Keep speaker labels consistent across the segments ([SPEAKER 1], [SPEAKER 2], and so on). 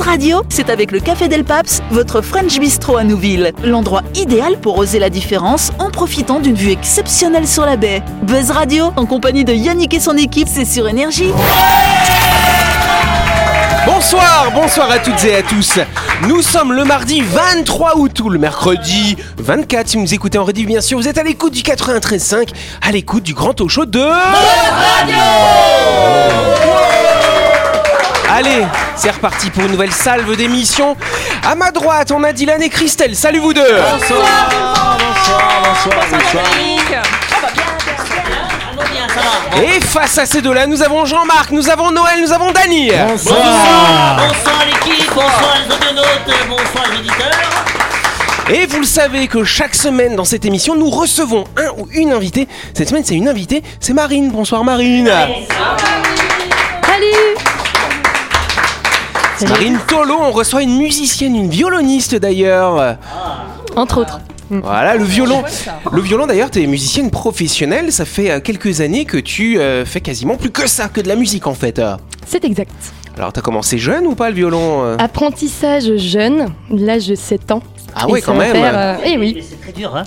[SPEAKER 1] Radio, c'est avec le Café Del Paps, votre French Bistro à Nouville. L'endroit idéal pour oser la différence en profitant d'une vue exceptionnelle sur la baie. Buzz Radio, en compagnie de Yannick et son équipe, c'est sur Énergie.
[SPEAKER 2] Bonsoir, bonsoir à toutes et à tous. Nous sommes le mardi 23 août ou le mercredi 24 si vous nous écoutez en rediff bien sûr. Vous êtes à l'écoute du 93.5, à l'écoute du grand talk show de... Allez, c'est reparti pour une nouvelle salve d'émission. À ma droite, on a Dylan et Christelle. Salut vous deux. Et face à ces deux-là, nous avons Jean-Marc, nous avons Noël, nous avons Dany. Ah.
[SPEAKER 3] Bonsoir, bonsoir l'équipe, bonsoir les audionautes, bonsoir les auditeurs.
[SPEAKER 2] Et vous le savez que chaque semaine dans cette émission, nous recevons un ou une invitée. Cette semaine, c'est une invitée, c'est Marine. Bonsoir Marine. Salut. Marine Tolo, on reçoit une musicienne, une violoniste d'ailleurs.
[SPEAKER 4] Entre autres.
[SPEAKER 3] Hum.
[SPEAKER 2] Voilà, le violon. Le violon d'ailleurs, tu es musicienne professionnelle. Ça fait euh, quelques années que tu euh, fais quasiment plus que ça, que de la musique en fait. Euh,
[SPEAKER 4] C'est exact.
[SPEAKER 2] Alors, t'as commencé jeune ou pas le violon
[SPEAKER 3] Ah,
[SPEAKER 2] euh
[SPEAKER 4] Apprentissage jeune, l'âge de 7 ans.
[SPEAKER 2] Ah
[SPEAKER 4] Et
[SPEAKER 2] ouais,
[SPEAKER 4] ça
[SPEAKER 2] quand
[SPEAKER 4] va
[SPEAKER 2] même.
[SPEAKER 4] faire, euh, eh
[SPEAKER 3] Mais
[SPEAKER 4] oui.
[SPEAKER 3] C'est très dur, hein.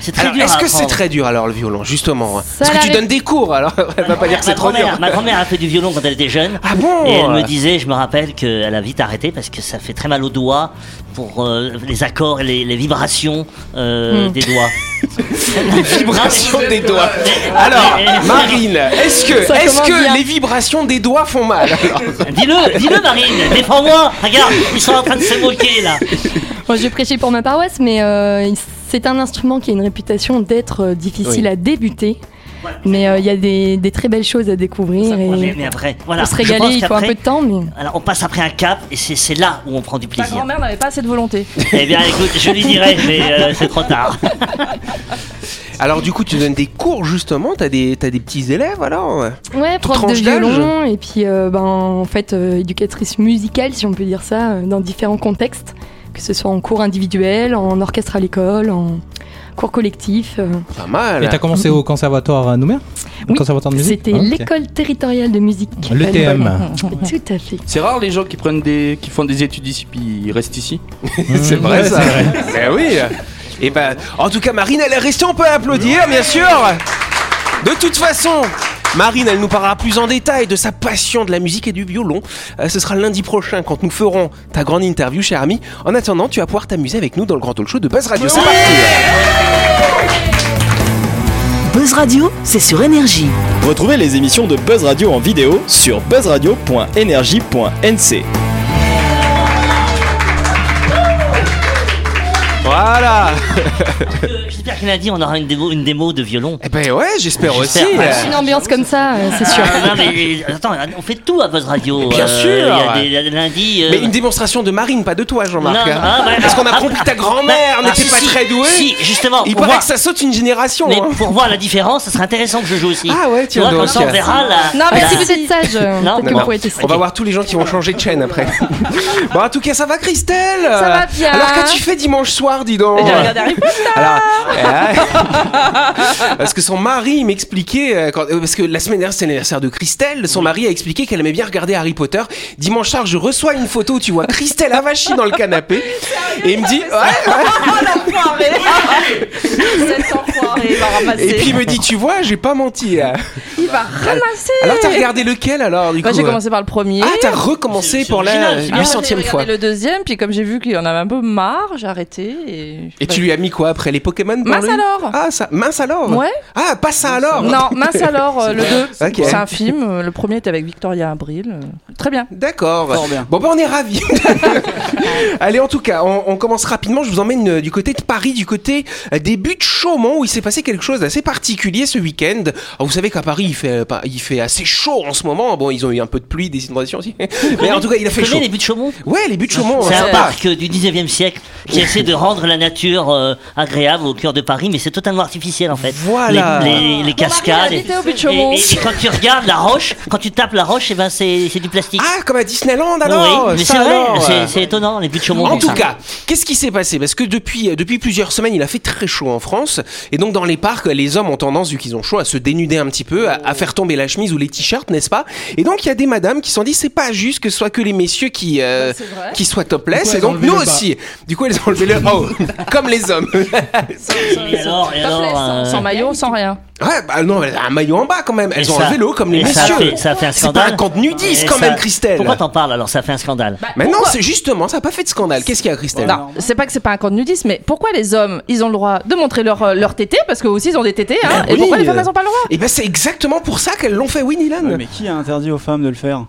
[SPEAKER 3] C'est très
[SPEAKER 2] Alors,
[SPEAKER 3] dur.
[SPEAKER 2] est-ce
[SPEAKER 3] à
[SPEAKER 2] que c'est
[SPEAKER 3] apprendre.
[SPEAKER 2] très dur alors le violon, justement
[SPEAKER 4] Ça
[SPEAKER 2] Parce que tu
[SPEAKER 4] l'arrive.
[SPEAKER 2] donnes des cours, alors elle va pas dire que c'est
[SPEAKER 3] Ma
[SPEAKER 2] trop dur.
[SPEAKER 3] grand-mère- Ma grand-mère a fait du violon quand elle était jeune.
[SPEAKER 2] Ah bon
[SPEAKER 3] Et elle me disait, je me rappelle qu'elle a vite arrêté parce que ça fait très mal aux doigts pour euh, les accords et les, les vibrations
[SPEAKER 4] Hmm.
[SPEAKER 3] euh, des doigts.
[SPEAKER 2] Les vibrations des doigts. Alors, Marine, est-ce que,
[SPEAKER 4] Ça
[SPEAKER 2] est-ce
[SPEAKER 4] commence bien.
[SPEAKER 2] que les vibrations des doigts font mal alors
[SPEAKER 3] Dis-le, dis-le Marine, défends-moi. Regarde, ils sont en train de se moquer là.
[SPEAKER 4] Bon, je vais prêcher pour ma paroisse, mais euh, c'est un instrument qui a une réputation d'être euh, difficile
[SPEAKER 2] Oui.
[SPEAKER 4] à débuter. Mais euh, il y a des, des très belles choses à découvrir.
[SPEAKER 3] Ça,
[SPEAKER 4] et
[SPEAKER 3] mais, mais après, voilà.
[SPEAKER 4] Pour se
[SPEAKER 3] Je pense
[SPEAKER 4] régaler, il faut un
[SPEAKER 3] qu'après-
[SPEAKER 4] peu de temps, mais
[SPEAKER 3] Alors on passe après un cap et c'est c'est là où on prend du
[SPEAKER 5] Ta
[SPEAKER 3] plaisir.
[SPEAKER 5] grand-mère n'avait pas assez de volonté.
[SPEAKER 3] Eh bien écoute, je lui dirai, mais euh, c'est trop tard.
[SPEAKER 2] Alors du coup, tu donnes des cours justement, t'as des, t'as des petits élèves alors
[SPEAKER 4] ouais, prof de
[SPEAKER 2] tranche d'âge.
[SPEAKER 4] violon et puis euh, ben en fait euh, éducatrice musicale, si on peut dire ça, euh, dans différents contextes, que ce soit en cours individuel, en orchestre à l'école, en cours collectif. euh,
[SPEAKER 2] Pas mal.
[SPEAKER 6] Et t'as commencé au conservatoire à Nouméa Au
[SPEAKER 4] Oui,
[SPEAKER 6] Conservatoire de musique
[SPEAKER 4] C'était
[SPEAKER 6] Ah, ok. Mmh.
[SPEAKER 4] l'école territoriale de musique.
[SPEAKER 6] Le
[SPEAKER 4] à
[SPEAKER 6] TM.
[SPEAKER 4] Nouvelle-Orléans. Tout à fait.
[SPEAKER 7] C'est rare les gens qui prennent des, qui font des études ici puis ils restent ici.
[SPEAKER 2] c'est vrai ça. Ben oui. Et ben, en tout cas, Marine, elle est restée. On peut l'applaudir, bien sûr. De toute façon. Marine, elle nous parlera plus en détail de sa passion de la musique et du violon. Euh, ce sera lundi prochain quand nous ferons ta grande interview, cher ami. En attendant, tu vas pouvoir t'amuser avec nous dans le grand talk show de Buzz Radio. C'est parti
[SPEAKER 1] Buzz Radio, c'est sur Énergie.
[SPEAKER 8] Retrouvez les émissions de Buzz Radio en vidéo sur buzzradio.energie.nc.
[SPEAKER 2] Voilà
[SPEAKER 3] Euh, J'espère qu'il a dit on aura une démo, une démo de violon.
[SPEAKER 2] Eh ben ouais, j'espère aussi.
[SPEAKER 3] J'espère.
[SPEAKER 5] Ah,
[SPEAKER 4] Une ambiance comme ça, euh, c'est sûr.
[SPEAKER 3] Ah, non, mais, euh, attends, on fait tout à Buzz Radio.
[SPEAKER 2] bien
[SPEAKER 3] Euh,
[SPEAKER 2] sûr.
[SPEAKER 3] Il y a des- il y a des lundis. euh,
[SPEAKER 2] Mais une démonstration de Marine, pas de toi, Jean-Marc.
[SPEAKER 3] Non,
[SPEAKER 2] hein.
[SPEAKER 3] ah, bah,
[SPEAKER 2] Parce qu'on a
[SPEAKER 3] ah,
[SPEAKER 2] compris que ta
[SPEAKER 3] bah,
[SPEAKER 2] grand-mère
[SPEAKER 3] ah,
[SPEAKER 2] n'était
[SPEAKER 3] si,
[SPEAKER 2] pas
[SPEAKER 3] si,
[SPEAKER 2] très douée.
[SPEAKER 3] Si, justement.
[SPEAKER 2] Il
[SPEAKER 3] on
[SPEAKER 2] paraît
[SPEAKER 3] voit.
[SPEAKER 2] que ça saute une génération.
[SPEAKER 3] Mais
[SPEAKER 2] hein.
[SPEAKER 3] pour voir la différence, ça serait intéressant que je joue aussi.
[SPEAKER 2] Ah ouais,
[SPEAKER 3] tu
[SPEAKER 2] tiens
[SPEAKER 3] vois, comme
[SPEAKER 2] donc.
[SPEAKER 3] ça on verra la.
[SPEAKER 4] Non, mais
[SPEAKER 5] ah,
[SPEAKER 3] la-
[SPEAKER 4] si vous êtes sage, euh,
[SPEAKER 3] Non,
[SPEAKER 2] Non,
[SPEAKER 4] peut-être que vous
[SPEAKER 2] non.
[SPEAKER 4] pourrez tester.
[SPEAKER 2] On va voir tous les gens qui vont changer de chaîne après. bon, en tout cas, ça va, Christelle Ça
[SPEAKER 4] va bien.
[SPEAKER 2] Alors, qu'as-tu fait dimanche soir, dis donc
[SPEAKER 5] J'ai regardé Eh Harry Potter.
[SPEAKER 2] Alors, euh, parce que son mari m'expliquait, euh, quand- euh, parce que la semaine dernière c'est l'anniversaire de Christelle, son mari a expliqué qu'elle aimait bien regarder Harry Potter. Dimanche soir, je reçois une photo où tu vois Christelle avachie dans le canapé et il me dit, ouais, ouais.
[SPEAKER 5] Oh l'enfoiré Cet enfoiré, il va ramasser.
[SPEAKER 2] et puis il me dit, tu vois, j'ai pas menti. Alors,
[SPEAKER 5] il va ramasser
[SPEAKER 2] t'as regardé lequel alors du
[SPEAKER 5] Moi,
[SPEAKER 2] coup
[SPEAKER 5] j'ai commencé par le premier.
[SPEAKER 2] Ah, t'as recommencé
[SPEAKER 3] C'est
[SPEAKER 2] pour la
[SPEAKER 3] original, c'est bien.
[SPEAKER 2] 800ème
[SPEAKER 5] Ah J'ai
[SPEAKER 2] fois.
[SPEAKER 5] regardé le deuxième, puis comme j'ai vu qu'il en avait un peu marre, j'ai arrêté. Et,
[SPEAKER 2] Et tu lui as mis quoi après les Pokémon pour
[SPEAKER 5] Mince
[SPEAKER 2] lui
[SPEAKER 5] alors
[SPEAKER 2] Ah, ça, mince alors
[SPEAKER 5] Ouais.
[SPEAKER 2] Ah, pas ça alors
[SPEAKER 5] Non, mince alors, euh, le 2,
[SPEAKER 2] Ok.
[SPEAKER 5] c'est un film. euh, Le premier était avec Victoria Abril. euh, Très bien.
[SPEAKER 2] D'accord.
[SPEAKER 7] Fort bien.
[SPEAKER 2] Bon, bah, on est ravis. Allez, en tout cas, on, on commence rapidement. Je vous emmène euh, du côté de Paris, du côté euh, des buts de Chaumont, où il s'est passé quelque chose d'assez particulier ce week-end. Alors, Vous savez qu'à Paris, il fait, euh, pas- il fait assez chaud en ce moment. Bon, ils ont eu un peu de pluie, des inondations aussi. Mais en tout cas, il a
[SPEAKER 3] Tu
[SPEAKER 2] fait
[SPEAKER 3] connais
[SPEAKER 2] chaud.
[SPEAKER 3] les buts de Chaumont
[SPEAKER 2] Ouais, les buts de Chaumont, hein.
[SPEAKER 3] C'est un
[SPEAKER 2] sympa.
[SPEAKER 3] parc euh, du 19e siècle qui essaie de rendre mettre la nature euh, agréable au cœur de Paris, mais c'est totalement artificiel en fait.
[SPEAKER 2] Voilà.
[SPEAKER 3] Les, les- les cascades.
[SPEAKER 5] Marie, elle habitait au
[SPEAKER 3] et,
[SPEAKER 5] Buchomont.
[SPEAKER 3] et- et quand tu regardes la roche, quand tu tapes la roche, et ben c'est c'est du plastique.
[SPEAKER 2] Ah, comme à Disneyland alors
[SPEAKER 3] oui, mais
[SPEAKER 2] ça,
[SPEAKER 3] c'est vrai,
[SPEAKER 2] alors, euh.
[SPEAKER 3] c'est- c'est étonnant, les buts de Chaumont,
[SPEAKER 2] En
[SPEAKER 3] comme
[SPEAKER 2] tout
[SPEAKER 3] ça.
[SPEAKER 2] cas, qu'est-ce qui s'est passé Parce que depuis, euh, depuis plusieurs semaines, il a fait très chaud en France. Et donc, dans les parcs, les hommes ont tendance, vu qu'ils ont chaud, à se dénuder un petit peu, à, à faire tomber la chemise ou les t-shirts, n'est-ce pas Et donc, il y a des madames qui se sont dit c'est pas juste que ce soit que les messieurs qui, euh,
[SPEAKER 5] Ah, C'est vrai.
[SPEAKER 2] qui soient
[SPEAKER 6] Bah, Du
[SPEAKER 2] topless.
[SPEAKER 6] coup,
[SPEAKER 2] Et
[SPEAKER 6] elles ont
[SPEAKER 2] donc,
[SPEAKER 6] enlevé
[SPEAKER 2] nous
[SPEAKER 6] le bas.
[SPEAKER 2] aussi. Du coup, elles ont enlevé le haut, comme les hommes.
[SPEAKER 3] Et alors, et alors, euh,
[SPEAKER 5] Sans maillot, sans rien.
[SPEAKER 2] Ouais, bah non, elles ont un maillot en bas quand même. Elles
[SPEAKER 3] et
[SPEAKER 2] ont
[SPEAKER 3] ça-
[SPEAKER 2] enlevé le haut comme les
[SPEAKER 3] et ça a
[SPEAKER 2] messieurs.
[SPEAKER 3] fait- ça a fait un
[SPEAKER 2] C'est pas un Bah,
[SPEAKER 3] scandale.
[SPEAKER 2] contenu 10
[SPEAKER 3] Et
[SPEAKER 2] quand
[SPEAKER 3] ça-
[SPEAKER 2] même, Christelle.
[SPEAKER 3] Pourquoi t'en parles alors Ça fait un scandale.
[SPEAKER 2] Mais non, c'est justement, ça n'a pas fait de scandale. Qu'est-ce qu'il y a, Christelle
[SPEAKER 5] Non, c'est pas que c'est pas un contenu nudiste, mais pourquoi les hommes, ils ont le droit de montrer leur, euh, leur tété, parce qu'eux aussi ils ont des tétés, hein,
[SPEAKER 2] Ben
[SPEAKER 5] et pourquoi
[SPEAKER 2] oui,
[SPEAKER 5] les femmes
[SPEAKER 2] euh.
[SPEAKER 5] elles ont pas le droit
[SPEAKER 2] Et ben c'est exactement pour ça qu'elles l'ont fait, oui, Nilan.
[SPEAKER 9] Ouais, mais qui a interdit aux femmes de le faire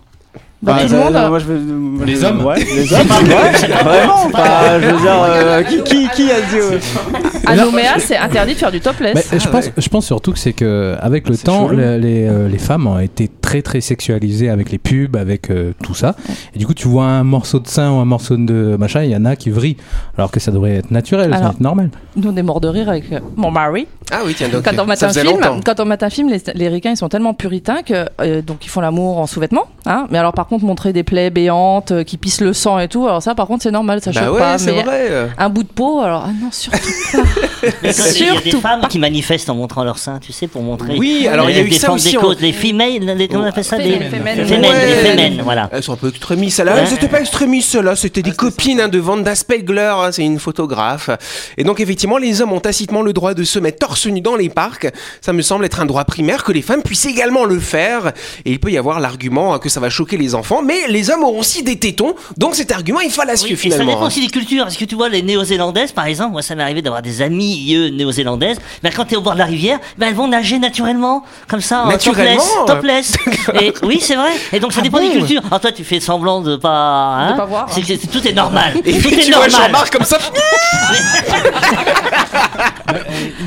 [SPEAKER 5] Bah,
[SPEAKER 9] Enfin,
[SPEAKER 5] tout le
[SPEAKER 9] ça-
[SPEAKER 5] monde.
[SPEAKER 9] moi, je veux- moi,
[SPEAKER 6] Les
[SPEAKER 9] je-
[SPEAKER 6] hommes
[SPEAKER 9] Ouais, les hommes. ouais, vraiment. enfin, je veux dire, euh, qui, qui, qui a dit aux-
[SPEAKER 5] À Nouméa, c'est interdit de faire du topless.
[SPEAKER 6] Mais
[SPEAKER 2] euh,
[SPEAKER 6] je, pense, je pense surtout que c'est que avec le
[SPEAKER 9] C'est
[SPEAKER 6] temps,
[SPEAKER 9] chelou.
[SPEAKER 6] le- les, euh, les femmes ont été très très sexualisées avec les pubs, avec euh, tout ça. Et du coup, tu vois un morceau de sein ou un morceau de machin, il y en a qui vrillent. Alors que ça devrait être naturel, ça
[SPEAKER 5] Alors.
[SPEAKER 6] devrait être normal.
[SPEAKER 5] Nous, on est morts de rire avec euh, mon mari.
[SPEAKER 2] Ah oui, tiens, donc,
[SPEAKER 5] Quand on mate
[SPEAKER 2] ça
[SPEAKER 5] un
[SPEAKER 2] faisait
[SPEAKER 5] film,
[SPEAKER 2] longtemps.
[SPEAKER 5] quand on mate un film, les, les ricains ils sont tellement puritains que euh, donc ils font l'amour en sous-vêtements, hein. Mais alors par contre montrer des plaies béantes euh, qui pissent le sang et tout, alors ça par contre c'est normal, ça
[SPEAKER 2] Bah
[SPEAKER 5] choque
[SPEAKER 2] ouais,
[SPEAKER 5] pas.
[SPEAKER 2] c'est
[SPEAKER 5] mais euh,
[SPEAKER 2] vrai.
[SPEAKER 5] Un bout de peau, alors ah non surtout.
[SPEAKER 3] Mais quand Il y a des
[SPEAKER 5] Surtout
[SPEAKER 3] femmes qui manifestent en montrant leur sein, tu sais, pour montrer.
[SPEAKER 2] Oui, alors il y a
[SPEAKER 3] Elles
[SPEAKER 2] eu ça
[SPEAKER 3] défendent
[SPEAKER 2] aussi.
[SPEAKER 3] Des
[SPEAKER 2] on-
[SPEAKER 3] causes, les femelles, les- comment on appelle ça des-
[SPEAKER 5] Fémènes, fémènes.
[SPEAKER 3] Les fémènes,
[SPEAKER 2] Ouais.
[SPEAKER 3] les fémènes, voilà.
[SPEAKER 2] Elles sont un peu extrémistes, celles-là. Elles
[SPEAKER 3] Ouais.
[SPEAKER 2] n'étaient pas extrémistes, celles-là. C'était des copines hein, de Vanda Spegler, hein, c'est une photographe. Et donc, effectivement, les hommes ont tacitement le droit de se mettre torse nu dans les parcs. Ça me semble être un droit primaire que les femmes puissent également le faire. Et il peut y avoir l'argument hein, que ça va choquer les enfants, mais les hommes auront aussi des tétons. Donc, cet argument est fallacieux,
[SPEAKER 3] Oui, et ça
[SPEAKER 2] finalement. hein.
[SPEAKER 3] dépend aussi des cultures, parce que tu vois, les néo-zélandaises, par exemple, moi ça m'est arrivé d'avoir des amies eux, néo-zélandaises, ben, quand t'es au bord de la rivière, ben, elles vont nager naturellement, comme ça, en
[SPEAKER 2] Naturellement euh. Ah
[SPEAKER 3] topless. topless. et, oui, c'est vrai, et donc ça dépend des cultures. Alors toi, tu fais semblant de pas. hein,
[SPEAKER 5] pas voir,
[SPEAKER 3] c'est que c'est- tout est normal.
[SPEAKER 2] Et
[SPEAKER 3] tout
[SPEAKER 2] puis,
[SPEAKER 3] est
[SPEAKER 2] tu vois
[SPEAKER 3] normal.
[SPEAKER 2] Jean-Marc comme ça.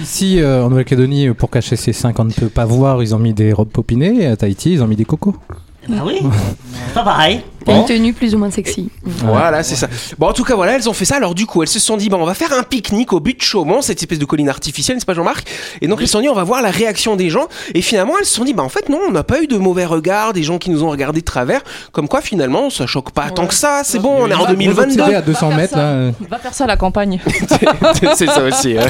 [SPEAKER 6] Ici, euh, en Nouvelle-Calédonie, euh, pour cacher ses seins qu'on ne peut pas voir, ils ont mis des robes popinées. Et à Tahiti, ils ont mis des cocos.
[SPEAKER 3] Ah oui, pas pareil.
[SPEAKER 4] T'as
[SPEAKER 2] Bon.
[SPEAKER 4] une tenue plus ou moins sexy.
[SPEAKER 2] Voilà, c'est ça. Bon, en tout cas, voilà, elles ont fait ça. Alors, du coup, elles se sont dit, bah, on va faire un pique-nique au but de Chaumont, cette espèce de colline artificielle, n'est-ce pas, Jean-Marc Et donc, elles se sont dit, on va voir la réaction des gens. Et finalement, elles se sont dit, bah, en fait, non, on n'a pas eu de mauvais regards, des gens qui nous ont regardé de travers. Comme quoi, finalement, ça choque pas tant que ça. C'est bon, on est en 2022.
[SPEAKER 6] à 200 mètres, là. euh,
[SPEAKER 5] Va faire ça à la campagne.
[SPEAKER 2] c'est ça aussi. ouais.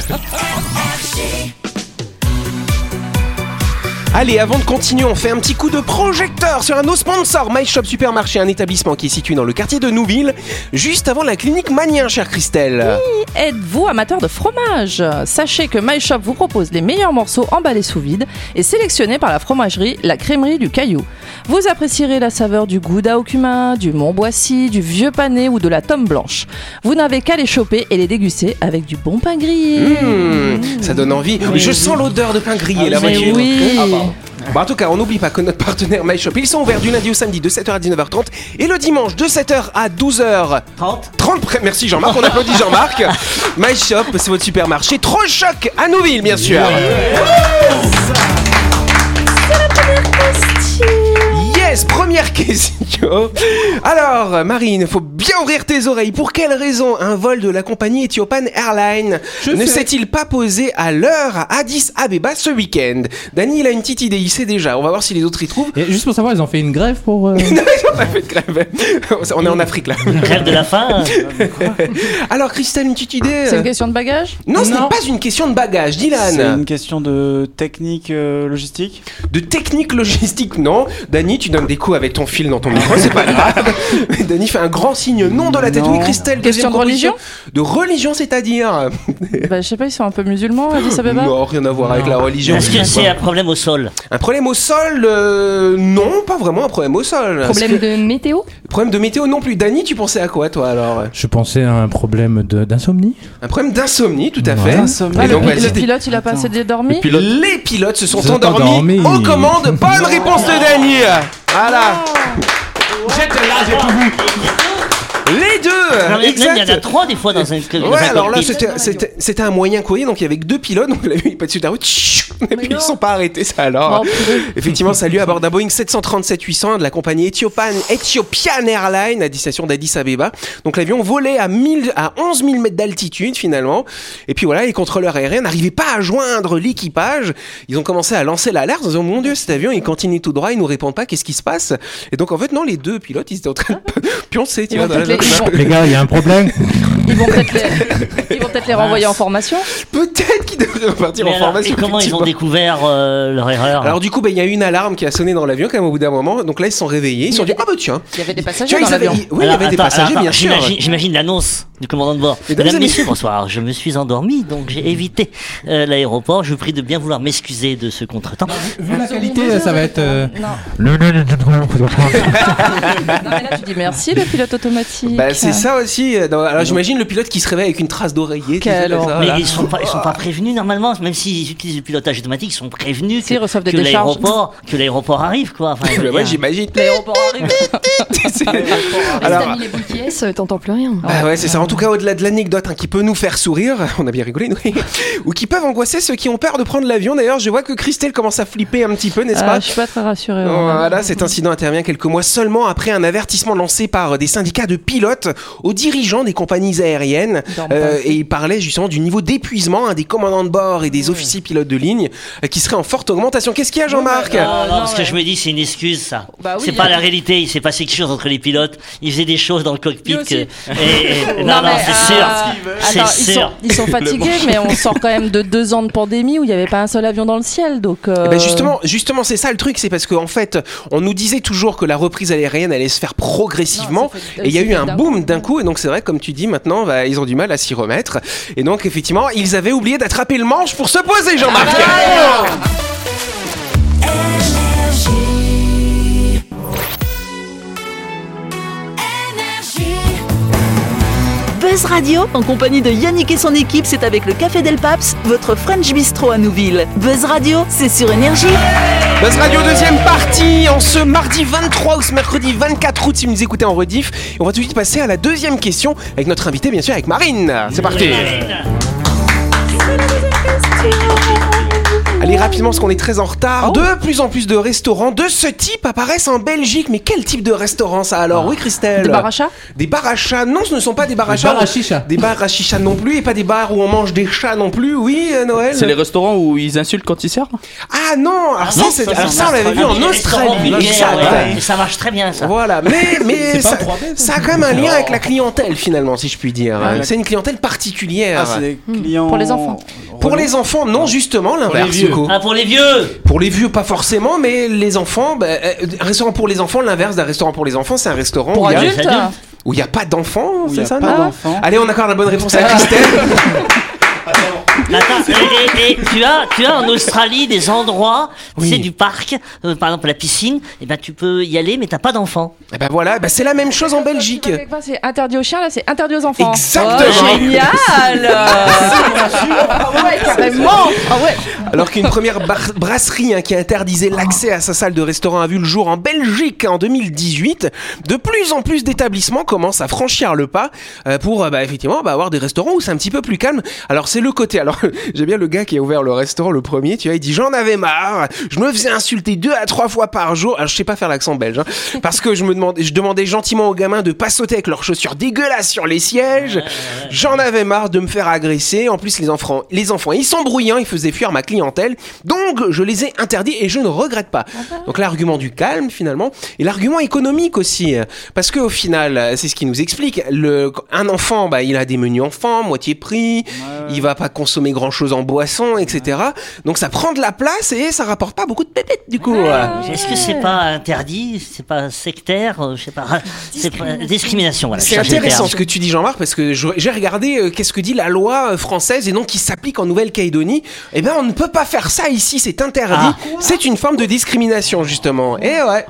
[SPEAKER 2] Allez, avant de continuer, on fait un petit coup de projecteur sur un de nos sponsors, My Shop Supermarché, un établissement qui est situé dans le quartier de Nouville, juste avant la clinique Manien, chère Christelle.
[SPEAKER 5] Êtes-vous amateur de fromage Sachez que My Shop vous propose les meilleurs morceaux emballés sous vide et sélectionnés par la fromagerie La Crémerie du Caillou. Vous apprécierez la saveur du gouda au cumin, du montboissy, du vieux pané ou de la tome blanche. Vous n'avez qu'à les choper et les déguster avec du bon pain grillé.
[SPEAKER 2] Mmh, ça donne envie. Je sens l'odeur de pain grillé là,
[SPEAKER 5] Ah, Mais
[SPEAKER 2] voiture.
[SPEAKER 5] oui.
[SPEAKER 2] Bon, en tout cas, on n'oublie pas que notre partenaire My Shop, ils sont ouverts du lundi au samedi de 7h à 19h30 et le dimanche de 7h à 12h.
[SPEAKER 3] 30.
[SPEAKER 2] 30 pré- Merci Jean-Marc, on applaudit Jean-Marc. My Shop, c'est votre supermarché. Trop choc à Nouville, bien sûr. Yes, première question. Alors, Marine, faut bien ouvrir tes oreilles. Pour quelle raison un vol de la compagnie Ethiopian Airlines ne s'est-il pas posé à l'heure à Addis Abeba ce week-end Dany, il a une petite idée, il sait déjà. On va voir si les autres y trouvent.
[SPEAKER 6] Et juste pour savoir, ils ont fait une grève pour. euh,
[SPEAKER 2] Non, ils ont pas fait de grève. On est en Afrique là.
[SPEAKER 3] Grève de la faim.
[SPEAKER 2] Alors, Christelle, une petite idée euh,
[SPEAKER 5] C'est une question de bagage
[SPEAKER 2] Non, ce n'est
[SPEAKER 6] Non.
[SPEAKER 2] pas une question de bagage, Dylan.
[SPEAKER 9] C'est une question de technique euh, logistique.
[SPEAKER 2] De technique logistique, non. Dany, tu donnes des coups avec ton fil dans ton micro, c'est pas grave. Mais Dany fait un grand signe non dans la tête.
[SPEAKER 9] Non.
[SPEAKER 2] Oui, Christelle,
[SPEAKER 5] Question
[SPEAKER 2] deuxième
[SPEAKER 5] de religion
[SPEAKER 2] proposition. De religion, c'est-à-dire
[SPEAKER 5] bah, Je sais pas, ils sont un peu musulmans, Addis Abeba
[SPEAKER 2] Non, rien à voir avec la religion.
[SPEAKER 3] Est-ce que c'est un problème au sol
[SPEAKER 2] Un problème au sol euh, Non, pas vraiment un problème au sol.
[SPEAKER 4] Problème de météo
[SPEAKER 2] Problème de météo non plus. Dany, tu pensais à quoi, toi, alors
[SPEAKER 6] Je pensais à un problème de- d'insomnie.
[SPEAKER 2] Un problème d'insomnie, tout à fait.
[SPEAKER 6] Ouais.
[SPEAKER 9] Insomnie.
[SPEAKER 5] Ah,
[SPEAKER 2] Et
[SPEAKER 5] le,
[SPEAKER 2] donc,
[SPEAKER 5] pi-
[SPEAKER 2] vas-y,
[SPEAKER 5] le
[SPEAKER 2] t'es-
[SPEAKER 5] pilote, il a pas assez dormi
[SPEAKER 2] Les pilotes se sont
[SPEAKER 6] Ils sont
[SPEAKER 2] endormis
[SPEAKER 6] endormis.
[SPEAKER 2] aux commandes. Bonne réponse de Dany. Voilà. J'étais là, j'ai tout vu. Les deux
[SPEAKER 3] Non, mais même, il y en a
[SPEAKER 2] Ah, Exact
[SPEAKER 3] trois des fois dans un club.
[SPEAKER 2] Ouais, alors là, c'était- c'était c'était un moyen courrier, donc il y avait que deux pilotes, donc la il est pas dessus de la route, tchou, et puis ils sont pas arrêtés, ça
[SPEAKER 3] Oh,
[SPEAKER 2] alors. Effectivement, salut à bord d'un Boeing 737-800 de la compagnie Ethiopian, Ethiopian Airlines à destination d'Addis Abeba. Donc l'avion volait à, 1000, à 11 000 mètres d'altitude finalement, et puis voilà, les contrôleurs aériens n'arrivaient pas à joindre l'équipage, ils ont commencé à lancer l'alarme en disant, mon dieu, cet avion, il continue tout droit, il nous répond pas, qu'est-ce qui se passe Et donc en fait, non, les deux pilotes, ils étaient en train
[SPEAKER 3] Ah.
[SPEAKER 2] de pioncer, tu vois, dans la-
[SPEAKER 5] peut-être les-
[SPEAKER 6] Les gars, il y a un problème.
[SPEAKER 5] Ils vont peut-être les, ils vont
[SPEAKER 6] Ah,
[SPEAKER 5] peut-être les renvoyer en formation.
[SPEAKER 2] Peut-être qu'ils devraient repartir en formation.
[SPEAKER 3] Et comment ils
[SPEAKER 2] effectivement.
[SPEAKER 3] ont découvert euh, leur erreur
[SPEAKER 2] Alors du coup, ben, il y a eu une alarme qui a sonné dans l'avion quand même au bout d'un moment. Donc là, ils se sont réveillés. Ils se sont dit ah bah tiens.
[SPEAKER 5] Il y avait des
[SPEAKER 2] Tu
[SPEAKER 5] passagers
[SPEAKER 2] vois,
[SPEAKER 5] dans
[SPEAKER 2] ils avaient-
[SPEAKER 5] l'avion.
[SPEAKER 2] ils- oui, il y
[SPEAKER 3] Alors,
[SPEAKER 2] avait des
[SPEAKER 3] attends,
[SPEAKER 2] passagers,
[SPEAKER 3] alors,
[SPEAKER 2] bien sûr.
[SPEAKER 3] j'imagine- J'imagine l'annonce du commandant de bord.
[SPEAKER 2] Mesdames et
[SPEAKER 3] Mesdames,
[SPEAKER 2] messieurs,
[SPEAKER 3] Messieurs, bonsoir. Je me suis endormi, donc j'ai évité euh, l'aéroport. Je vous prie de bien vouloir m'excuser de ce contretemps.
[SPEAKER 2] Ah,
[SPEAKER 6] Vu la qualité, ça va être. euh,
[SPEAKER 5] Non.
[SPEAKER 6] le- le- le- le-
[SPEAKER 5] Non, Ah, mais là, tu dis merci, le pilote automatique.
[SPEAKER 2] Bah, c'est ça aussi. euh, dans- Alors j'imagine le pilote qui se réveille avec une trace d'oreiller. tu sais, comme
[SPEAKER 5] Quel
[SPEAKER 2] ça,
[SPEAKER 5] horreur.
[SPEAKER 3] Mais
[SPEAKER 2] voilà.
[SPEAKER 3] ils sont pas, ils sont pas prévenus normalement, même s'ils utilisent le pilotage automatique, ils sont prévenus
[SPEAKER 5] Si, ils
[SPEAKER 3] que,
[SPEAKER 5] reçoivent des
[SPEAKER 3] que
[SPEAKER 5] décharges.
[SPEAKER 3] l'aéroport, que l'aéroport arrive quoi. Enfin, je veux
[SPEAKER 2] Bah, ouais,
[SPEAKER 3] dire,
[SPEAKER 2] j'imagine.
[SPEAKER 5] L'aéroport arrive.
[SPEAKER 2] C'est-
[SPEAKER 5] Ah,
[SPEAKER 4] Alors, si
[SPEAKER 2] Alors.
[SPEAKER 4] t'as mis les boules qui est, euh, t'entends plus rien.
[SPEAKER 2] Bah ouais, c'est ça. En tout cas, au-delà de l'anecdote hein, qui peut nous faire sourire, on a bien rigolé, nous, ou qui peuvent angoisser ceux qui ont peur de prendre l'avion. D'ailleurs, je vois que Christelle commence à flipper un petit peu, n'est-ce pas
[SPEAKER 5] Ah, je suis pas très rassurée. hein. ouais.
[SPEAKER 2] Voilà, Oh, ah, cet incident intervient quelques mois seulement après un avertissement lancé par euh, des syndicats de pilotes aux dirigeants des compagnies aériennes.
[SPEAKER 5] Ils dorment
[SPEAKER 2] Euh,
[SPEAKER 5] pas.
[SPEAKER 2] et il parlait justement du niveau d'épuisement hein, des commandants de bord et des officiers pilotes de ligne euh, qui serait en forte augmentation. Qu'est-ce qu'il y a, Jean-Marc
[SPEAKER 3] Ah, non,
[SPEAKER 5] Ah. non, euh,
[SPEAKER 3] parce que
[SPEAKER 5] ouais.
[SPEAKER 3] je me dis, c'est une excuse, ça.
[SPEAKER 5] Bah oui,
[SPEAKER 3] c'est
[SPEAKER 5] il y
[SPEAKER 3] pas
[SPEAKER 5] a-
[SPEAKER 3] la réalité. Il s'est passé quelque chose entre les pilotes. Ils faisaient des choses dans le cockpit.
[SPEAKER 5] Lui aussi.
[SPEAKER 3] que- et- et- non, non,
[SPEAKER 5] mais,
[SPEAKER 3] c'est
[SPEAKER 5] euh,
[SPEAKER 3] sûr. C'est
[SPEAKER 5] Attends, ils
[SPEAKER 3] sûr.
[SPEAKER 5] sont, ils sont fatigués, mais on sort quand même de deux ans de pandémie où il n'y avait pas un seul avion dans le ciel. Donc, euh,
[SPEAKER 2] Eh ben justement, justement, c'est ça le truc, c'est parce qu'en fait, on nous disait toujours que la reprise aérienne allait se faire progressivement,
[SPEAKER 5] Non, ça fait-
[SPEAKER 2] et il y a
[SPEAKER 5] ça
[SPEAKER 2] eu
[SPEAKER 5] fait
[SPEAKER 2] un
[SPEAKER 5] d'un
[SPEAKER 2] boom
[SPEAKER 5] coup.
[SPEAKER 2] d'un coup, et donc c'est vrai, comme tu dis, maintenant, bah, ils ont du mal à s'y remettre, et donc effectivement, ils avaient oublié d'attraper le manche pour se poser, Jean-Marc.
[SPEAKER 5] Ah, bah,
[SPEAKER 1] Buzz Radio, en compagnie de Yannick et son équipe, c'est avec le Café Del Paps, votre French Bistro à Nouville. Buzz Radio, c'est sur Énergie.
[SPEAKER 2] Buzz Radio deuxième partie en ce mardi 23 ou ce mercredi 24 août si vous nous écoutez en rediff. Et on va tout de suite passer à la deuxième question avec notre invité bien sûr avec Marine. C'est parti.
[SPEAKER 10] euh,
[SPEAKER 2] Allez rapidement parce qu'on est très en retard. De plus en plus de restaurants de ce type apparaissent en Belgique. Mais quel type de restaurant ça alors Oui Christelle.
[SPEAKER 5] Des barachas
[SPEAKER 2] Des bars à chats. Non, ce ne sont pas des bars à
[SPEAKER 6] Des
[SPEAKER 2] chats.
[SPEAKER 6] bars à chicha.
[SPEAKER 2] Des bars à chicha non plus et pas des bars où on mange des chats non plus. Oui euh, Noël.
[SPEAKER 7] C'est les restaurants où ils insultent quand ils servent
[SPEAKER 2] Ah non, alors ça,
[SPEAKER 3] non,
[SPEAKER 2] c'est-
[SPEAKER 3] ça,
[SPEAKER 2] alors
[SPEAKER 3] c'est
[SPEAKER 2] ça,
[SPEAKER 3] en
[SPEAKER 2] on l'avait vu
[SPEAKER 3] Australie.
[SPEAKER 2] en
[SPEAKER 3] Les restaurants
[SPEAKER 2] Australie. Oh.
[SPEAKER 3] vulgaires,
[SPEAKER 2] Exact.
[SPEAKER 3] ouais. Et ça marche très bien, ça.
[SPEAKER 2] Voilà, mais, mais
[SPEAKER 6] C'est
[SPEAKER 2] ça,
[SPEAKER 6] pas un 3D, ça.
[SPEAKER 10] hein.
[SPEAKER 2] ça a quand même un lien avec la clientèle finalement, si je puis dire.
[SPEAKER 9] Ah, d'accord.
[SPEAKER 2] c'est une clientèle particulière.
[SPEAKER 9] Ah, c'est des clients.
[SPEAKER 5] Pour les enfants.
[SPEAKER 2] pour les enfants, non, justement, l'inverse.
[SPEAKER 9] vieux.
[SPEAKER 2] du coup.
[SPEAKER 3] Ah, pour les vieux
[SPEAKER 2] Pour les vieux, pas forcément, mais les enfants, bah, euh, un restaurant pour les enfants, l'inverse d'un restaurant pour les enfants, c'est un restaurant
[SPEAKER 5] Pour
[SPEAKER 2] où il y a-
[SPEAKER 5] adultes
[SPEAKER 3] les adultes.
[SPEAKER 2] où il n'y a, pas d'enfants,
[SPEAKER 9] où il y
[SPEAKER 2] c'est
[SPEAKER 9] a
[SPEAKER 2] ça
[SPEAKER 9] pas
[SPEAKER 2] non
[SPEAKER 9] d'enfants.
[SPEAKER 2] Allez, on accorde la bonne réponse à Christelle.
[SPEAKER 3] Attends, et- et- et tu, as, tu as en Australie des endroits, tu sais, du parc, euh, par exemple la piscine, et ben tu peux y aller, mais t'as pas d'enfant.
[SPEAKER 2] Eh ben voilà, bah, c'est la même chose en Belgique.
[SPEAKER 5] Quelque part, C'est interdit aux chiens, là, c'est interdit aux enfants.
[SPEAKER 2] Exactement.
[SPEAKER 5] Oh, génial Ah ouais, carrément Ah ouais
[SPEAKER 2] Alors qu'une première bar- brasserie hein, qui interdisait l'accès à sa salle de restaurant a vu le jour en Belgique en 2018, de plus en plus d'établissements commencent à franchir le pas euh, pour euh, bah, effectivement bah, avoir des restaurants où c'est un petit peu plus calme. Alors c'est le côté. Alors j'ai bien le gars qui a ouvert le restaurant le premier. Tu vois, il dit j'en avais marre. Je me faisais insulter deux à trois fois par jour. Alors je sais pas faire l'accent belge hein, parce que je me demandais, je demandais gentiment aux gamins de pas sauter avec leurs chaussures dégueulasses sur les sièges. J'en avais marre de me faire agresser. En plus, les enfants, les enfants, ils sont bruyants, ils faisaient fuir ma clientèle. Donc, je les ai interdits et je ne regrette pas. Donc, l'argument du calme, finalement, et l'argument économique aussi. Parce que, au final, euh, c'est ce qui nous explique. Le, un enfant, bah, il a des menus enfants, moitié prix. Il va pas consommer grand chose en boisson, etc. Donc, ça prend de la place et ça rapporte pas beaucoup de pépettes, du coup.
[SPEAKER 3] Est-ce que c'est pas interdit C'est pas sectaire euh, Je sais pas. C'est pas discrimination, voilà. je
[SPEAKER 2] C'est
[SPEAKER 3] cherchais le
[SPEAKER 2] intéressant
[SPEAKER 3] terme.
[SPEAKER 2] ce que tu dis Jean-Marc parce que je- j'ai regardé euh, qu'est-ce que dit la loi euh, française et donc qui s'applique en Nouvelle-Calédonie. Eh ben on ne peut pas faire ça ici, c'est interdit.
[SPEAKER 3] Ah.
[SPEAKER 2] Ah. C'est une forme de discrimination justement. Et Eh ouais.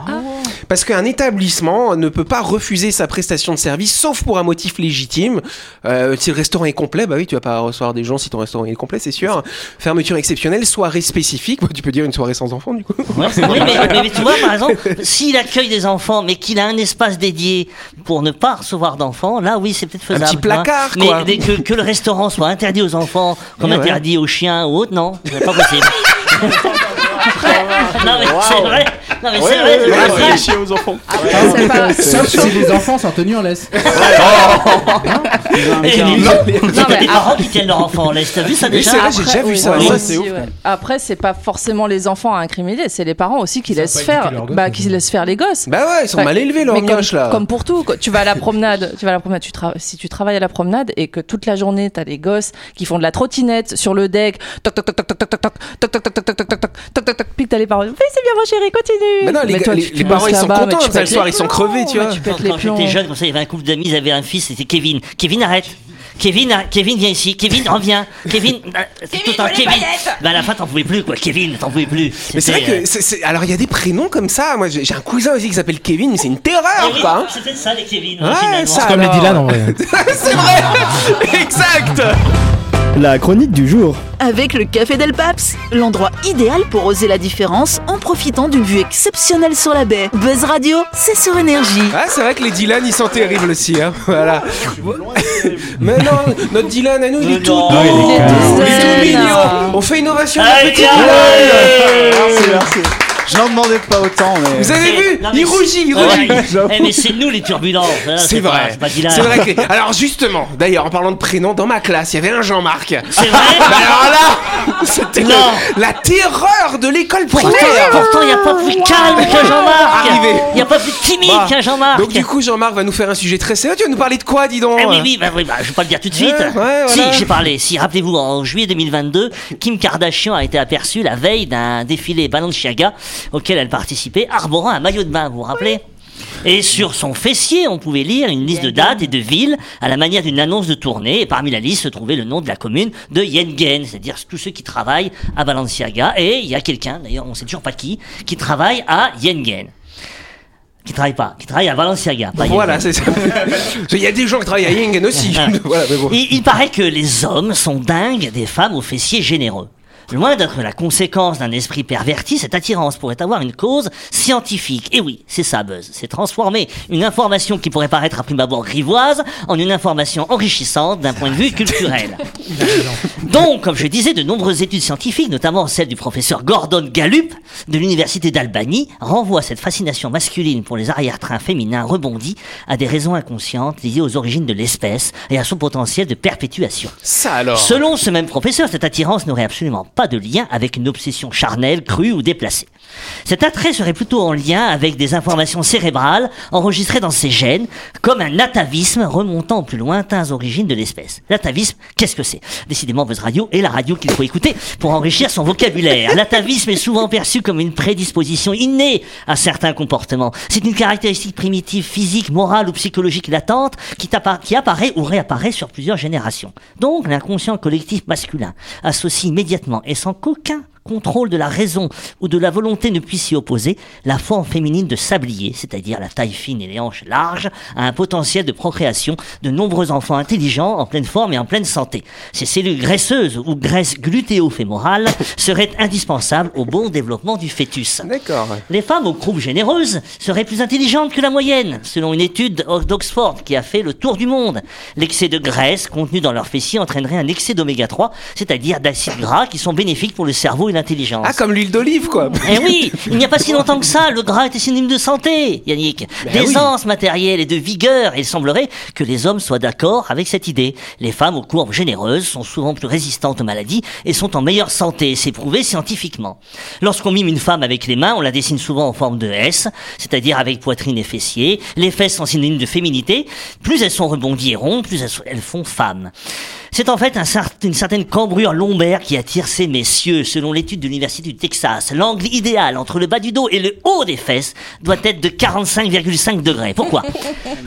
[SPEAKER 2] parce qu'un établissement ne peut pas refuser sa prestation de service sauf pour un motif légitime. Euh, si le restaurant est complet, bah oui, tu vas pas recevoir des gens si ton restaurant est complet, c'est sûr. Fermeture exceptionnelle, soirée spécifique, Bah, tu peux dire une soirée sans enfants du coup.
[SPEAKER 3] Ouais, oui, mais, mais- mais tu vois, par exemple, s'il accueille des enfants, mais qu'il a un espace dédié pour ne pas recevoir d'enfants, là, oui, c'est peut-être faisable.
[SPEAKER 2] petit placard,
[SPEAKER 3] hein. Mais
[SPEAKER 2] quoi.
[SPEAKER 3] dès que, que le restaurant soit interdit aux enfants, comme
[SPEAKER 2] Ouais, ouais.
[SPEAKER 3] interdit aux chiens ou autres, non, c'est pas possible. non, mais c'est vrai. Non, mais c'est vrai. c'est vrai.
[SPEAKER 9] chier aux enfants.
[SPEAKER 5] C'est pas-
[SPEAKER 10] Sauf si les enfants sont tenus en laisse. Oh.
[SPEAKER 3] Et les-
[SPEAKER 5] Non, mais
[SPEAKER 3] les parents qui tiennent leur enfant en laisse, t'as vu ça
[SPEAKER 2] Oui,
[SPEAKER 3] déjà
[SPEAKER 2] c'est vrai, j'ai déjà vu ça.
[SPEAKER 5] oui,
[SPEAKER 2] ouais.
[SPEAKER 5] oui, oui, ouais. Après, c'est pas forcément les enfants à incriminer, c'est les parents aussi qui
[SPEAKER 6] Ils savent
[SPEAKER 5] laissent
[SPEAKER 6] pas
[SPEAKER 5] faire,
[SPEAKER 6] éduquer leurs gosses,
[SPEAKER 5] bah,
[SPEAKER 6] hein.
[SPEAKER 5] qui laissent faire les gosses.
[SPEAKER 2] Bah ouais, ils sont
[SPEAKER 5] Ouais.
[SPEAKER 2] mal élevés leurs
[SPEAKER 5] Mais comme,
[SPEAKER 2] mioches là.
[SPEAKER 5] comme pour tout, quoi. tu vas à la promenade, tu vas à la promenade, tu tra- si tu travailles à la promenade et que toute la journée t'as les gosses qui font de la trottinette sur le deck, toc toc toc toc toc toc toc toc toc toc toc toc toc toc toc toc toc toc toc, puis que t'as les parents, oui c'est bien mon chéri, continue.
[SPEAKER 2] Mais non, les,
[SPEAKER 5] Mais toi,
[SPEAKER 2] les-
[SPEAKER 5] tu- tu
[SPEAKER 2] les
[SPEAKER 5] bosses
[SPEAKER 2] parents ils sont
[SPEAKER 5] là-bas, mais
[SPEAKER 2] contents
[SPEAKER 5] tu
[SPEAKER 2] comme ça
[SPEAKER 5] pètes
[SPEAKER 2] le
[SPEAKER 5] les
[SPEAKER 2] soir, ils sont crevés, tu vois.
[SPEAKER 5] plombs, tu pètes
[SPEAKER 3] Quand,
[SPEAKER 5] les
[SPEAKER 3] quand
[SPEAKER 5] plombs.
[SPEAKER 3] j'étais jeune, comme ça, il y avait un couple d'amis, ils avaient un fils, c'était Kevin. Kevin, arrête. Kevin, arrête. Kevin, viens ici. Kevin, reviens. Kevin, ah, c'est tout un Kevin. Bah, à la fin, t'en pouvais plus, quoi. Kevin, t'en pouvais plus. euh,
[SPEAKER 2] Mais c'est vrai que. c'est- c'est- Alors, il y a des prénoms comme ça. Moi, j'ai j'ai un cousin aussi qui s'appelle Kevin, mais c'est une terreur, quoi. hein.
[SPEAKER 3] C'était ça, les Kevin.
[SPEAKER 2] Ouais,
[SPEAKER 3] finalement.
[SPEAKER 2] ça.
[SPEAKER 6] Comme
[SPEAKER 2] Alors-
[SPEAKER 6] les Dylan en vrai.
[SPEAKER 2] c'est vrai Exact
[SPEAKER 9] La chronique du jour.
[SPEAKER 1] Avec le Café Del Paps, l'endroit idéal pour oser la différence en profitant d'une vue exceptionnelle sur la baie. Buzz Radio, c'est sur énergie.
[SPEAKER 2] Ah, c'est vrai que les Dylan, ils sont terribles aussi, hein. Voilà. Mais non, notre Dylan à nous, il est
[SPEAKER 3] Mais
[SPEAKER 2] tout
[SPEAKER 3] non.
[SPEAKER 2] doux,
[SPEAKER 3] Ah, il est
[SPEAKER 2] il est
[SPEAKER 5] calme.
[SPEAKER 2] tout
[SPEAKER 5] Zen.
[SPEAKER 2] mignon. On fait une ovation à
[SPEAKER 3] Allez,
[SPEAKER 2] notre petit
[SPEAKER 3] allez.
[SPEAKER 2] Dylan
[SPEAKER 9] Merci, merci. Je n'en demandais pas autant, mais.
[SPEAKER 2] Vous avez vu
[SPEAKER 3] Non, mais
[SPEAKER 2] Il
[SPEAKER 3] c'est-
[SPEAKER 2] rougit, il
[SPEAKER 3] Ouais,
[SPEAKER 2] rougit
[SPEAKER 3] ouais. Eh, mais c'est nous les turbulences. hein,
[SPEAKER 2] C'est
[SPEAKER 3] pas-
[SPEAKER 2] vrai.
[SPEAKER 3] C'est pas Dylan.
[SPEAKER 2] C'est vrai que. Alors justement, d'ailleurs, en parlant de prénom, dans ma classe, il y avait un Jean-Marc.
[SPEAKER 3] C'est vrai
[SPEAKER 2] Bah alors là, c'était
[SPEAKER 3] Non.
[SPEAKER 2] la terreur de l'école
[SPEAKER 3] Pourtant,
[SPEAKER 2] primaire.
[SPEAKER 3] pourtant, il n'y a pas plus calme qu'un Jean-Marc.
[SPEAKER 2] Arrivé.
[SPEAKER 3] Il n'y a pas plus timide
[SPEAKER 2] Bah,
[SPEAKER 3] qu'un Jean-Marc.
[SPEAKER 2] Donc du coup, Jean-Marc va nous faire un sujet très sérieux. Tu vas nous parler de quoi, dis donc Euh,
[SPEAKER 3] Ah oui, oui, bah, oui, bah, je vais pas le dire tout de suite.
[SPEAKER 2] Ouais, ouais,
[SPEAKER 3] si,
[SPEAKER 2] voilà.
[SPEAKER 3] j'ai parlé. Si, rappelez-vous, en juillet 2022, Kim Kardashian a été aperçue la veille d'un défilé Balenciaga auquel elle participait, arborant un maillot de bain, vous vous rappelez et sur son fessier, on pouvait lire une liste de dates et de villes à la manière d'une annonce de tournée. Et parmi la liste se trouvait le nom de la commune de Yengen, c'est-à-dire tous ceux qui travaillent à Balenciaga. Et il y a quelqu'un, d'ailleurs on sait toujours pas qui, qui travaille à Yengen. Qui travaille pas, qui travaille à Balenciaga. pas Yengen.
[SPEAKER 2] Voilà, c'est ça. Il y a des gens qui travaillent à Yengen aussi.
[SPEAKER 3] Ah.
[SPEAKER 2] voilà, mais bon.
[SPEAKER 3] Il, il paraît que les hommes sont dingues des femmes aux fessiers généreux. Loin d'être la conséquence d'un esprit perverti, cette attirance pourrait avoir une cause scientifique. Et oui, c'est ça, Buzz. C'est transformer une information qui pourrait paraître à prime abord grivoise en une information enrichissante d'un point de
[SPEAKER 2] Ah,
[SPEAKER 3] vue culturel. Donc, comme je disais, de nombreuses études scientifiques, notamment celle du professeur Gordon Gallup de l'université d'Albanie, renvoient cette fascination masculine pour les arrière-trains féminins rebondis à des raisons inconscientes liées aux origines de l'espèce et à son potentiel de perpétuation.
[SPEAKER 2] Ça alors.
[SPEAKER 3] Selon ce même professeur, cette attirance n'aurait absolument pas de lien avec une obsession charnelle, crue ou déplacée. Cet attrait serait plutôt en lien avec des informations cérébrales enregistrées dans ses gènes, comme un atavisme remontant aux plus lointaines origines de l'espèce. L'atavisme, qu'est-ce que c'est Décidément, Buzz Radio est la radio qu'il faut écouter pour enrichir son vocabulaire. L'atavisme est souvent perçu comme une prédisposition innée à certains comportements. C'est une caractéristique primitive physique, morale ou psychologique latente qui, t'appara- qui apparaît ou réapparaît sur plusieurs générations. Donc, l'inconscient collectif masculin associe immédiatement et sans qu'aucun contrôle de la raison ou de la volonté ne puisse s'y opposer, la forme féminine de sablier, c'est-à-dire la taille fine et les hanches larges, a un potentiel de procréation de nombreux enfants intelligents, en pleine forme et en pleine santé. Ces cellules graisseuses ou graisses glutéo-fémorales seraient indispensables au bon développement du fœtus.
[SPEAKER 2] D'accord.
[SPEAKER 3] Les femmes aux croupes généreuses seraient plus intelligentes que la moyenne, selon une étude d'Oxford qui a fait le tour du monde. L'excès de graisse contenu dans leurs fessiers entraînerait un excès d'oméga 3, c'est-à-dire d'acides gras qui sont bénéfiques pour le cerveau et l'intelligence.
[SPEAKER 2] Ah, comme l'huile d'olive, quoi.
[SPEAKER 3] Eh oui, il n'y a pas si longtemps que ça, le gras était synonyme de santé, Yannick. D'aisance matérielle et de vigueur, et il semblerait que les hommes soient d'accord avec cette idée. Les femmes aux courbes généreuses sont souvent plus résistantes aux maladies et sont en meilleure santé, c'est prouvé scientifiquement. Lorsqu'on mime une femme avec les mains, on la dessine souvent en forme de S, c'est-à-dire avec poitrine et fessiers. Les fesses sont synonymes de féminité. Plus elles sont rebondies et rondes, plus elles, sont- elles font femme. C'est en fait un cer- une certaine cambrure lombaire qui attire ces messieurs. Selon l'étude de l'Université du Texas, l'angle idéal entre le bas du dos et le haut des fesses doit être de 45,5 degrés. Pourquoi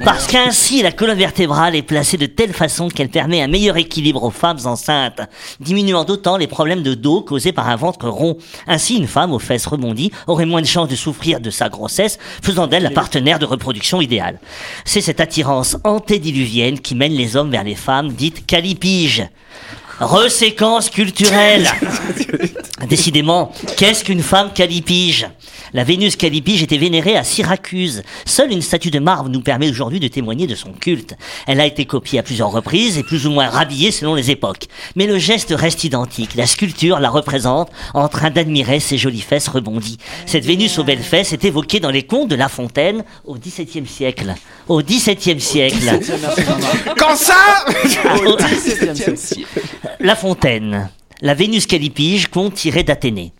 [SPEAKER 3] Parce qu'ainsi, la colonne vertébrale est placée de telle façon qu'elle permet un meilleur équilibre aux femmes enceintes, diminuant d'autant les problèmes de dos causés par un ventre rond. Ainsi, une femme aux fesses rebondies aurait moins de chances de souffrir de sa grossesse, faisant d'elle la partenaire de reproduction idéale. C'est cette attirance antédiluvienne qui mène les hommes vers les femmes dites calipige. Reséquence culturelle. Décidément, qu'est-ce qu'une femme calipige La Vénus calipige était vénérée à Syracuse. Seule une statue de marbre nous permet aujourd'hui de témoigner de son culte. Elle a été copiée à plusieurs reprises et plus ou moins rhabillée selon les époques. Mais le geste reste identique. La sculpture la représente en train d'admirer ses jolies fesses rebondies. Cette Vénus aux belles fesses est évoquée dans les contes de La Fontaine au XVIIe siècle. Au XVIIe siècle.
[SPEAKER 2] Quand ça
[SPEAKER 3] La Fontaine. La Vénus Calipige, conte tiré d'Athénée.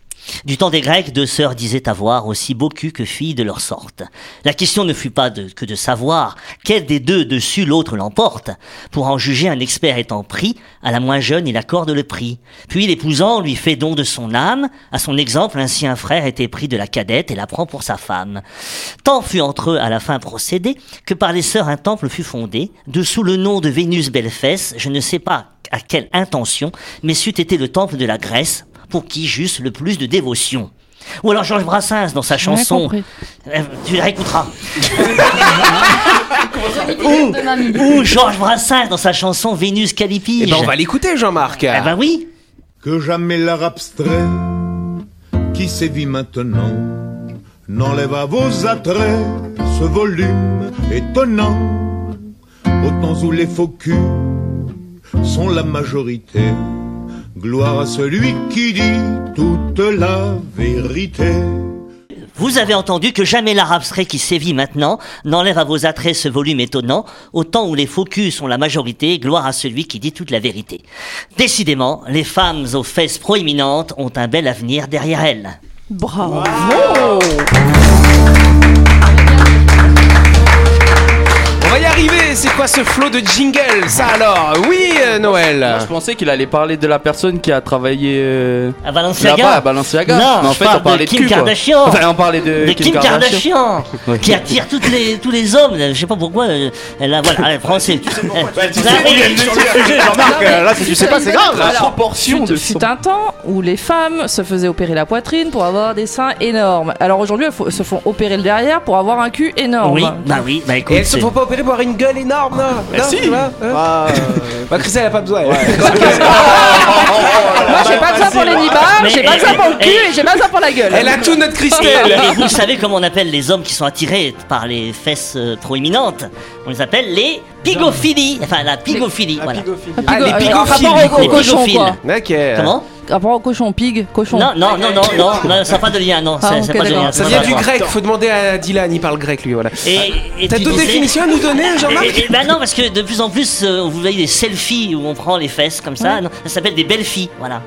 [SPEAKER 3] Du temps des Grecs, deux sœurs disaient avoir aussi beau cul que filles de leur sorte. La question ne fut pas de- que de savoir quelle des deux dessus l'autre l'emporte. Pour en juger, un expert étant pris, à la moins jeune, il accorde le prix. Puis l'épousant lui fait don de son âme. À son exemple, ainsi un frère était pris de la cadette et la prend pour sa femme. Tant fut entre eux à la fin procédé que par les sœurs un temple fut fondé, dessous le nom de Vénus Belfesse, je ne sais pas à quelle intention, mais c'eût été le temple de la Grèce, pour qui j'eusse le plus de dévotion. Ou alors Georges Brassens dans sa chanson.
[SPEAKER 5] compris.
[SPEAKER 3] Euh, tu la réécouteras. ou, ou Georges Brassens dans sa chanson Vénus Calipige.
[SPEAKER 2] Eh ben, on va l'écouter, Jean-Marc.
[SPEAKER 3] Eh ben oui.
[SPEAKER 11] que jamais l'art abstrait qui sévit maintenant n'enlève à vos attraits ce volume étonnant. Au temps où les faux culs sont la majorité, gloire à celui qui dit toute la vérité.
[SPEAKER 3] Vous avez entendu que jamais l'art abstrait qui sévit maintenant n'enlève à vos attraits ce volume étonnant, au temps où les faux culs sont la majorité, gloire à celui qui dit toute la vérité. Décidément, les femmes aux fesses proéminentes ont un bel avenir derrière elles.
[SPEAKER 5] Bravo.
[SPEAKER 10] Oh.
[SPEAKER 2] On va y arriver, c'est quoi ce flot de jingle Ça alors Oui, euh, Noël
[SPEAKER 7] Moi, je pensais qu'il allait parler de la personne qui a travaillé euh,
[SPEAKER 3] À Balenciaga.
[SPEAKER 7] là-bas, à Balenciaga.
[SPEAKER 3] Non,
[SPEAKER 7] Mais en
[SPEAKER 3] je
[SPEAKER 7] fait,
[SPEAKER 3] parle
[SPEAKER 7] on parlait
[SPEAKER 3] de Kim
[SPEAKER 7] cul, quoi.
[SPEAKER 3] Kardashian.
[SPEAKER 7] Enfin, on parlait de,
[SPEAKER 2] Euh,
[SPEAKER 3] de Kim Kardashian,
[SPEAKER 7] Ouais.
[SPEAKER 3] qui attire toutes les, tous les hommes. Je sais pas pourquoi. euh, Elle a, voilà, elle prend ses. Elle- Ah oui,
[SPEAKER 7] Jean-Marc, euh, là, c'est- tu sais pas, c'est grave. La
[SPEAKER 5] Alors,
[SPEAKER 7] proportion
[SPEAKER 5] fut,
[SPEAKER 7] de son-
[SPEAKER 5] fut un temps où les femmes se faisaient opérer la poitrine pour avoir des seins énormes. Alors aujourd'hui, elles fo- se font opérer le derrière pour avoir un cul énorme.
[SPEAKER 3] Oui, bah oui, bah
[SPEAKER 2] Et
[SPEAKER 3] écoute.
[SPEAKER 2] elles se
[SPEAKER 3] c'est- Bah,
[SPEAKER 2] font pas opérer pour avoir une gueule énorme, non
[SPEAKER 7] Eh
[SPEAKER 2] Non,
[SPEAKER 7] si.
[SPEAKER 2] tu vois, hein
[SPEAKER 9] Ah,
[SPEAKER 2] Bah, Christelle, elle a pas besoin. elle.
[SPEAKER 5] Moi, j'ai pas de ça pour les nibards,
[SPEAKER 3] Mais-
[SPEAKER 5] j'ai pas de ça pour le cul
[SPEAKER 3] eh,
[SPEAKER 5] et j'ai pas de ça pour la gueule. Ah,
[SPEAKER 2] Elle a tout notre
[SPEAKER 3] Et,
[SPEAKER 2] Christelle
[SPEAKER 3] et vous savez comment on appelle les hommes qui sont attirés par les fesses euh, proéminentes On les appelle les pigophilies. Enfin, la pigophilie, voilà.
[SPEAKER 2] Ah, les
[SPEAKER 5] En
[SPEAKER 2] pigophiles,
[SPEAKER 5] euh, rapport
[SPEAKER 2] du
[SPEAKER 5] au, au
[SPEAKER 2] coup.
[SPEAKER 5] cochon,
[SPEAKER 3] Pigophiles.
[SPEAKER 5] quoi.
[SPEAKER 2] Ok.
[SPEAKER 3] Comment
[SPEAKER 5] Rapport au cochon, pig,
[SPEAKER 2] Euh,
[SPEAKER 5] cochon.
[SPEAKER 3] Non, non, non, non, non, non, ça n'a pas de lien, non,
[SPEAKER 5] Ah,
[SPEAKER 3] ça-
[SPEAKER 5] ok,
[SPEAKER 3] ça n'a pas de
[SPEAKER 5] d'accord.
[SPEAKER 3] lien.
[SPEAKER 2] Ça
[SPEAKER 3] n'a
[SPEAKER 2] vient
[SPEAKER 3] pas de
[SPEAKER 2] du
[SPEAKER 3] lien.
[SPEAKER 2] grec, faut demander à Dylan, il parle grec lui, voilà.
[SPEAKER 3] Et, et
[SPEAKER 2] T'as
[SPEAKER 3] tu
[SPEAKER 2] d'autres
[SPEAKER 3] disais-
[SPEAKER 2] définitions à nous donner, Jean-Marc
[SPEAKER 3] Et- et- ben non, parce que de plus en plus, euh, vous voyez des selfies où on prend les fesses comme ça. Non, ça s'appelle des belles filles, voilà.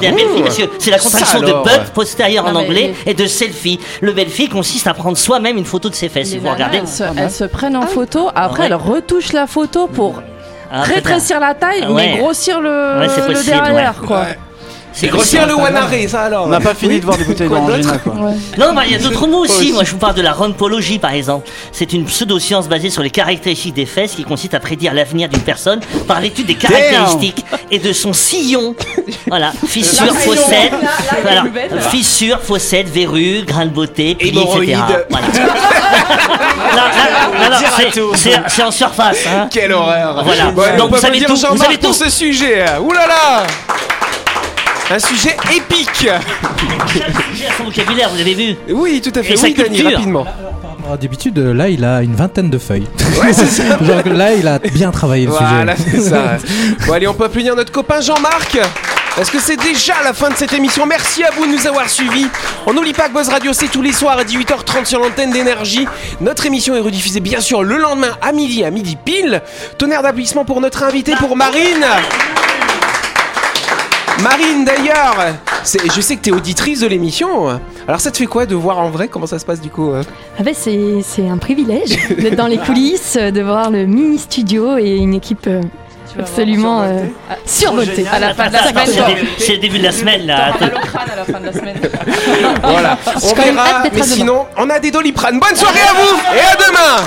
[SPEAKER 3] des belles filles, parce que c'est la contraction de
[SPEAKER 2] Ah alors,
[SPEAKER 3] butt postérieur
[SPEAKER 4] Ah,
[SPEAKER 3] en
[SPEAKER 4] mais-
[SPEAKER 3] anglais et de selfie. Le belle fille consiste à prendre soi-même une photo de ses fesses. Si vous regardez,
[SPEAKER 5] Elles se, elles se prennent en photo, après
[SPEAKER 3] Ouais.
[SPEAKER 5] elles retouchent la photo pour
[SPEAKER 3] Ah,
[SPEAKER 5] rétrécir la taille
[SPEAKER 3] Ah, ouais.
[SPEAKER 5] mais grossir le,
[SPEAKER 3] Ouais, c'est
[SPEAKER 5] le
[SPEAKER 3] possible,
[SPEAKER 5] derrière
[SPEAKER 3] ouais.
[SPEAKER 5] quoi.
[SPEAKER 3] c'est
[SPEAKER 2] Grossir le wanaré, ça alors
[SPEAKER 9] on n'a pas fini de voir des bouteilles
[SPEAKER 2] Quoi
[SPEAKER 9] d'Orangina
[SPEAKER 2] d'autre
[SPEAKER 9] quoi.
[SPEAKER 3] Non, bah, il y a d'autres mots aussi. Moi, je vous parle de la rhompologie, par exemple. C'est une pseudo-science basée sur les caractéristiques des fesses qui consiste à prédire l'avenir d'une personne par l'étude des caractéristiques et de son sillon. Voilà. Fissure,
[SPEAKER 5] sillon.
[SPEAKER 3] fossette.
[SPEAKER 5] Là, là, il y a
[SPEAKER 3] Voilà.
[SPEAKER 5] une nouvelle.
[SPEAKER 3] Fissure, fossette, verrue, grain de beauté, pli, etc.
[SPEAKER 2] Hémorroïdes.
[SPEAKER 3] Voilà. Non, non, non, non, c'est- c'est- c'est en surface. Hein.
[SPEAKER 2] Quelle horreur
[SPEAKER 3] Voilà.
[SPEAKER 2] Bon, allez,
[SPEAKER 3] Donc,
[SPEAKER 2] on peut
[SPEAKER 3] vous savez
[SPEAKER 2] applaudir
[SPEAKER 3] tout,
[SPEAKER 2] Jean-Marc
[SPEAKER 3] vous savez
[SPEAKER 2] pour
[SPEAKER 3] tout.
[SPEAKER 2] ce sujet Ouh là là Un sujet épique
[SPEAKER 3] Chaque sujet a son vocabulaire, vous avez vu.
[SPEAKER 2] Oui, tout à fait.
[SPEAKER 3] Et sa
[SPEAKER 2] oui, Dani,
[SPEAKER 3] culture.
[SPEAKER 2] rapidement.
[SPEAKER 6] Alors, D'habitude, euh, là, il a une vingtaine de feuilles. Genre que là, il a bien travaillé le
[SPEAKER 2] Voilà,
[SPEAKER 6] sujet.
[SPEAKER 2] c'est ça. bon, allez, on peut applaudir notre copain Jean-Marc. Parce que c'est déjà la fin de cette émission. Merci à vous de nous avoir suivis. On n'oublie pas que Buzz Radio, c'est tous les soirs à 18h30 sur l'antenne d'énergie. Notre émission est rediffusée, bien sûr, le lendemain à midi, à midi pile. Tonnerre d'applaudissements pour notre invité, pour Marine. Marine, d'ailleurs, c'est- je sais que tu es auditrice de l'émission. Alors, ça te fait quoi de voir en vrai Comment ça se passe du coup euh
[SPEAKER 4] Ah ben, c'est c'est un privilège d'être dans les coulisses, euh, de voir le mini studio et une équipe euh, Absolument euh, survoté.
[SPEAKER 3] À la fin de la semaine, c'est début- c'est le début de la semaine là.
[SPEAKER 2] Voilà, on
[SPEAKER 3] quand même hâte
[SPEAKER 2] verra,
[SPEAKER 3] d'être
[SPEAKER 2] mais
[SPEAKER 3] à demain.
[SPEAKER 2] sinon, on a des doliprane. Bonne soirée à vous et à demain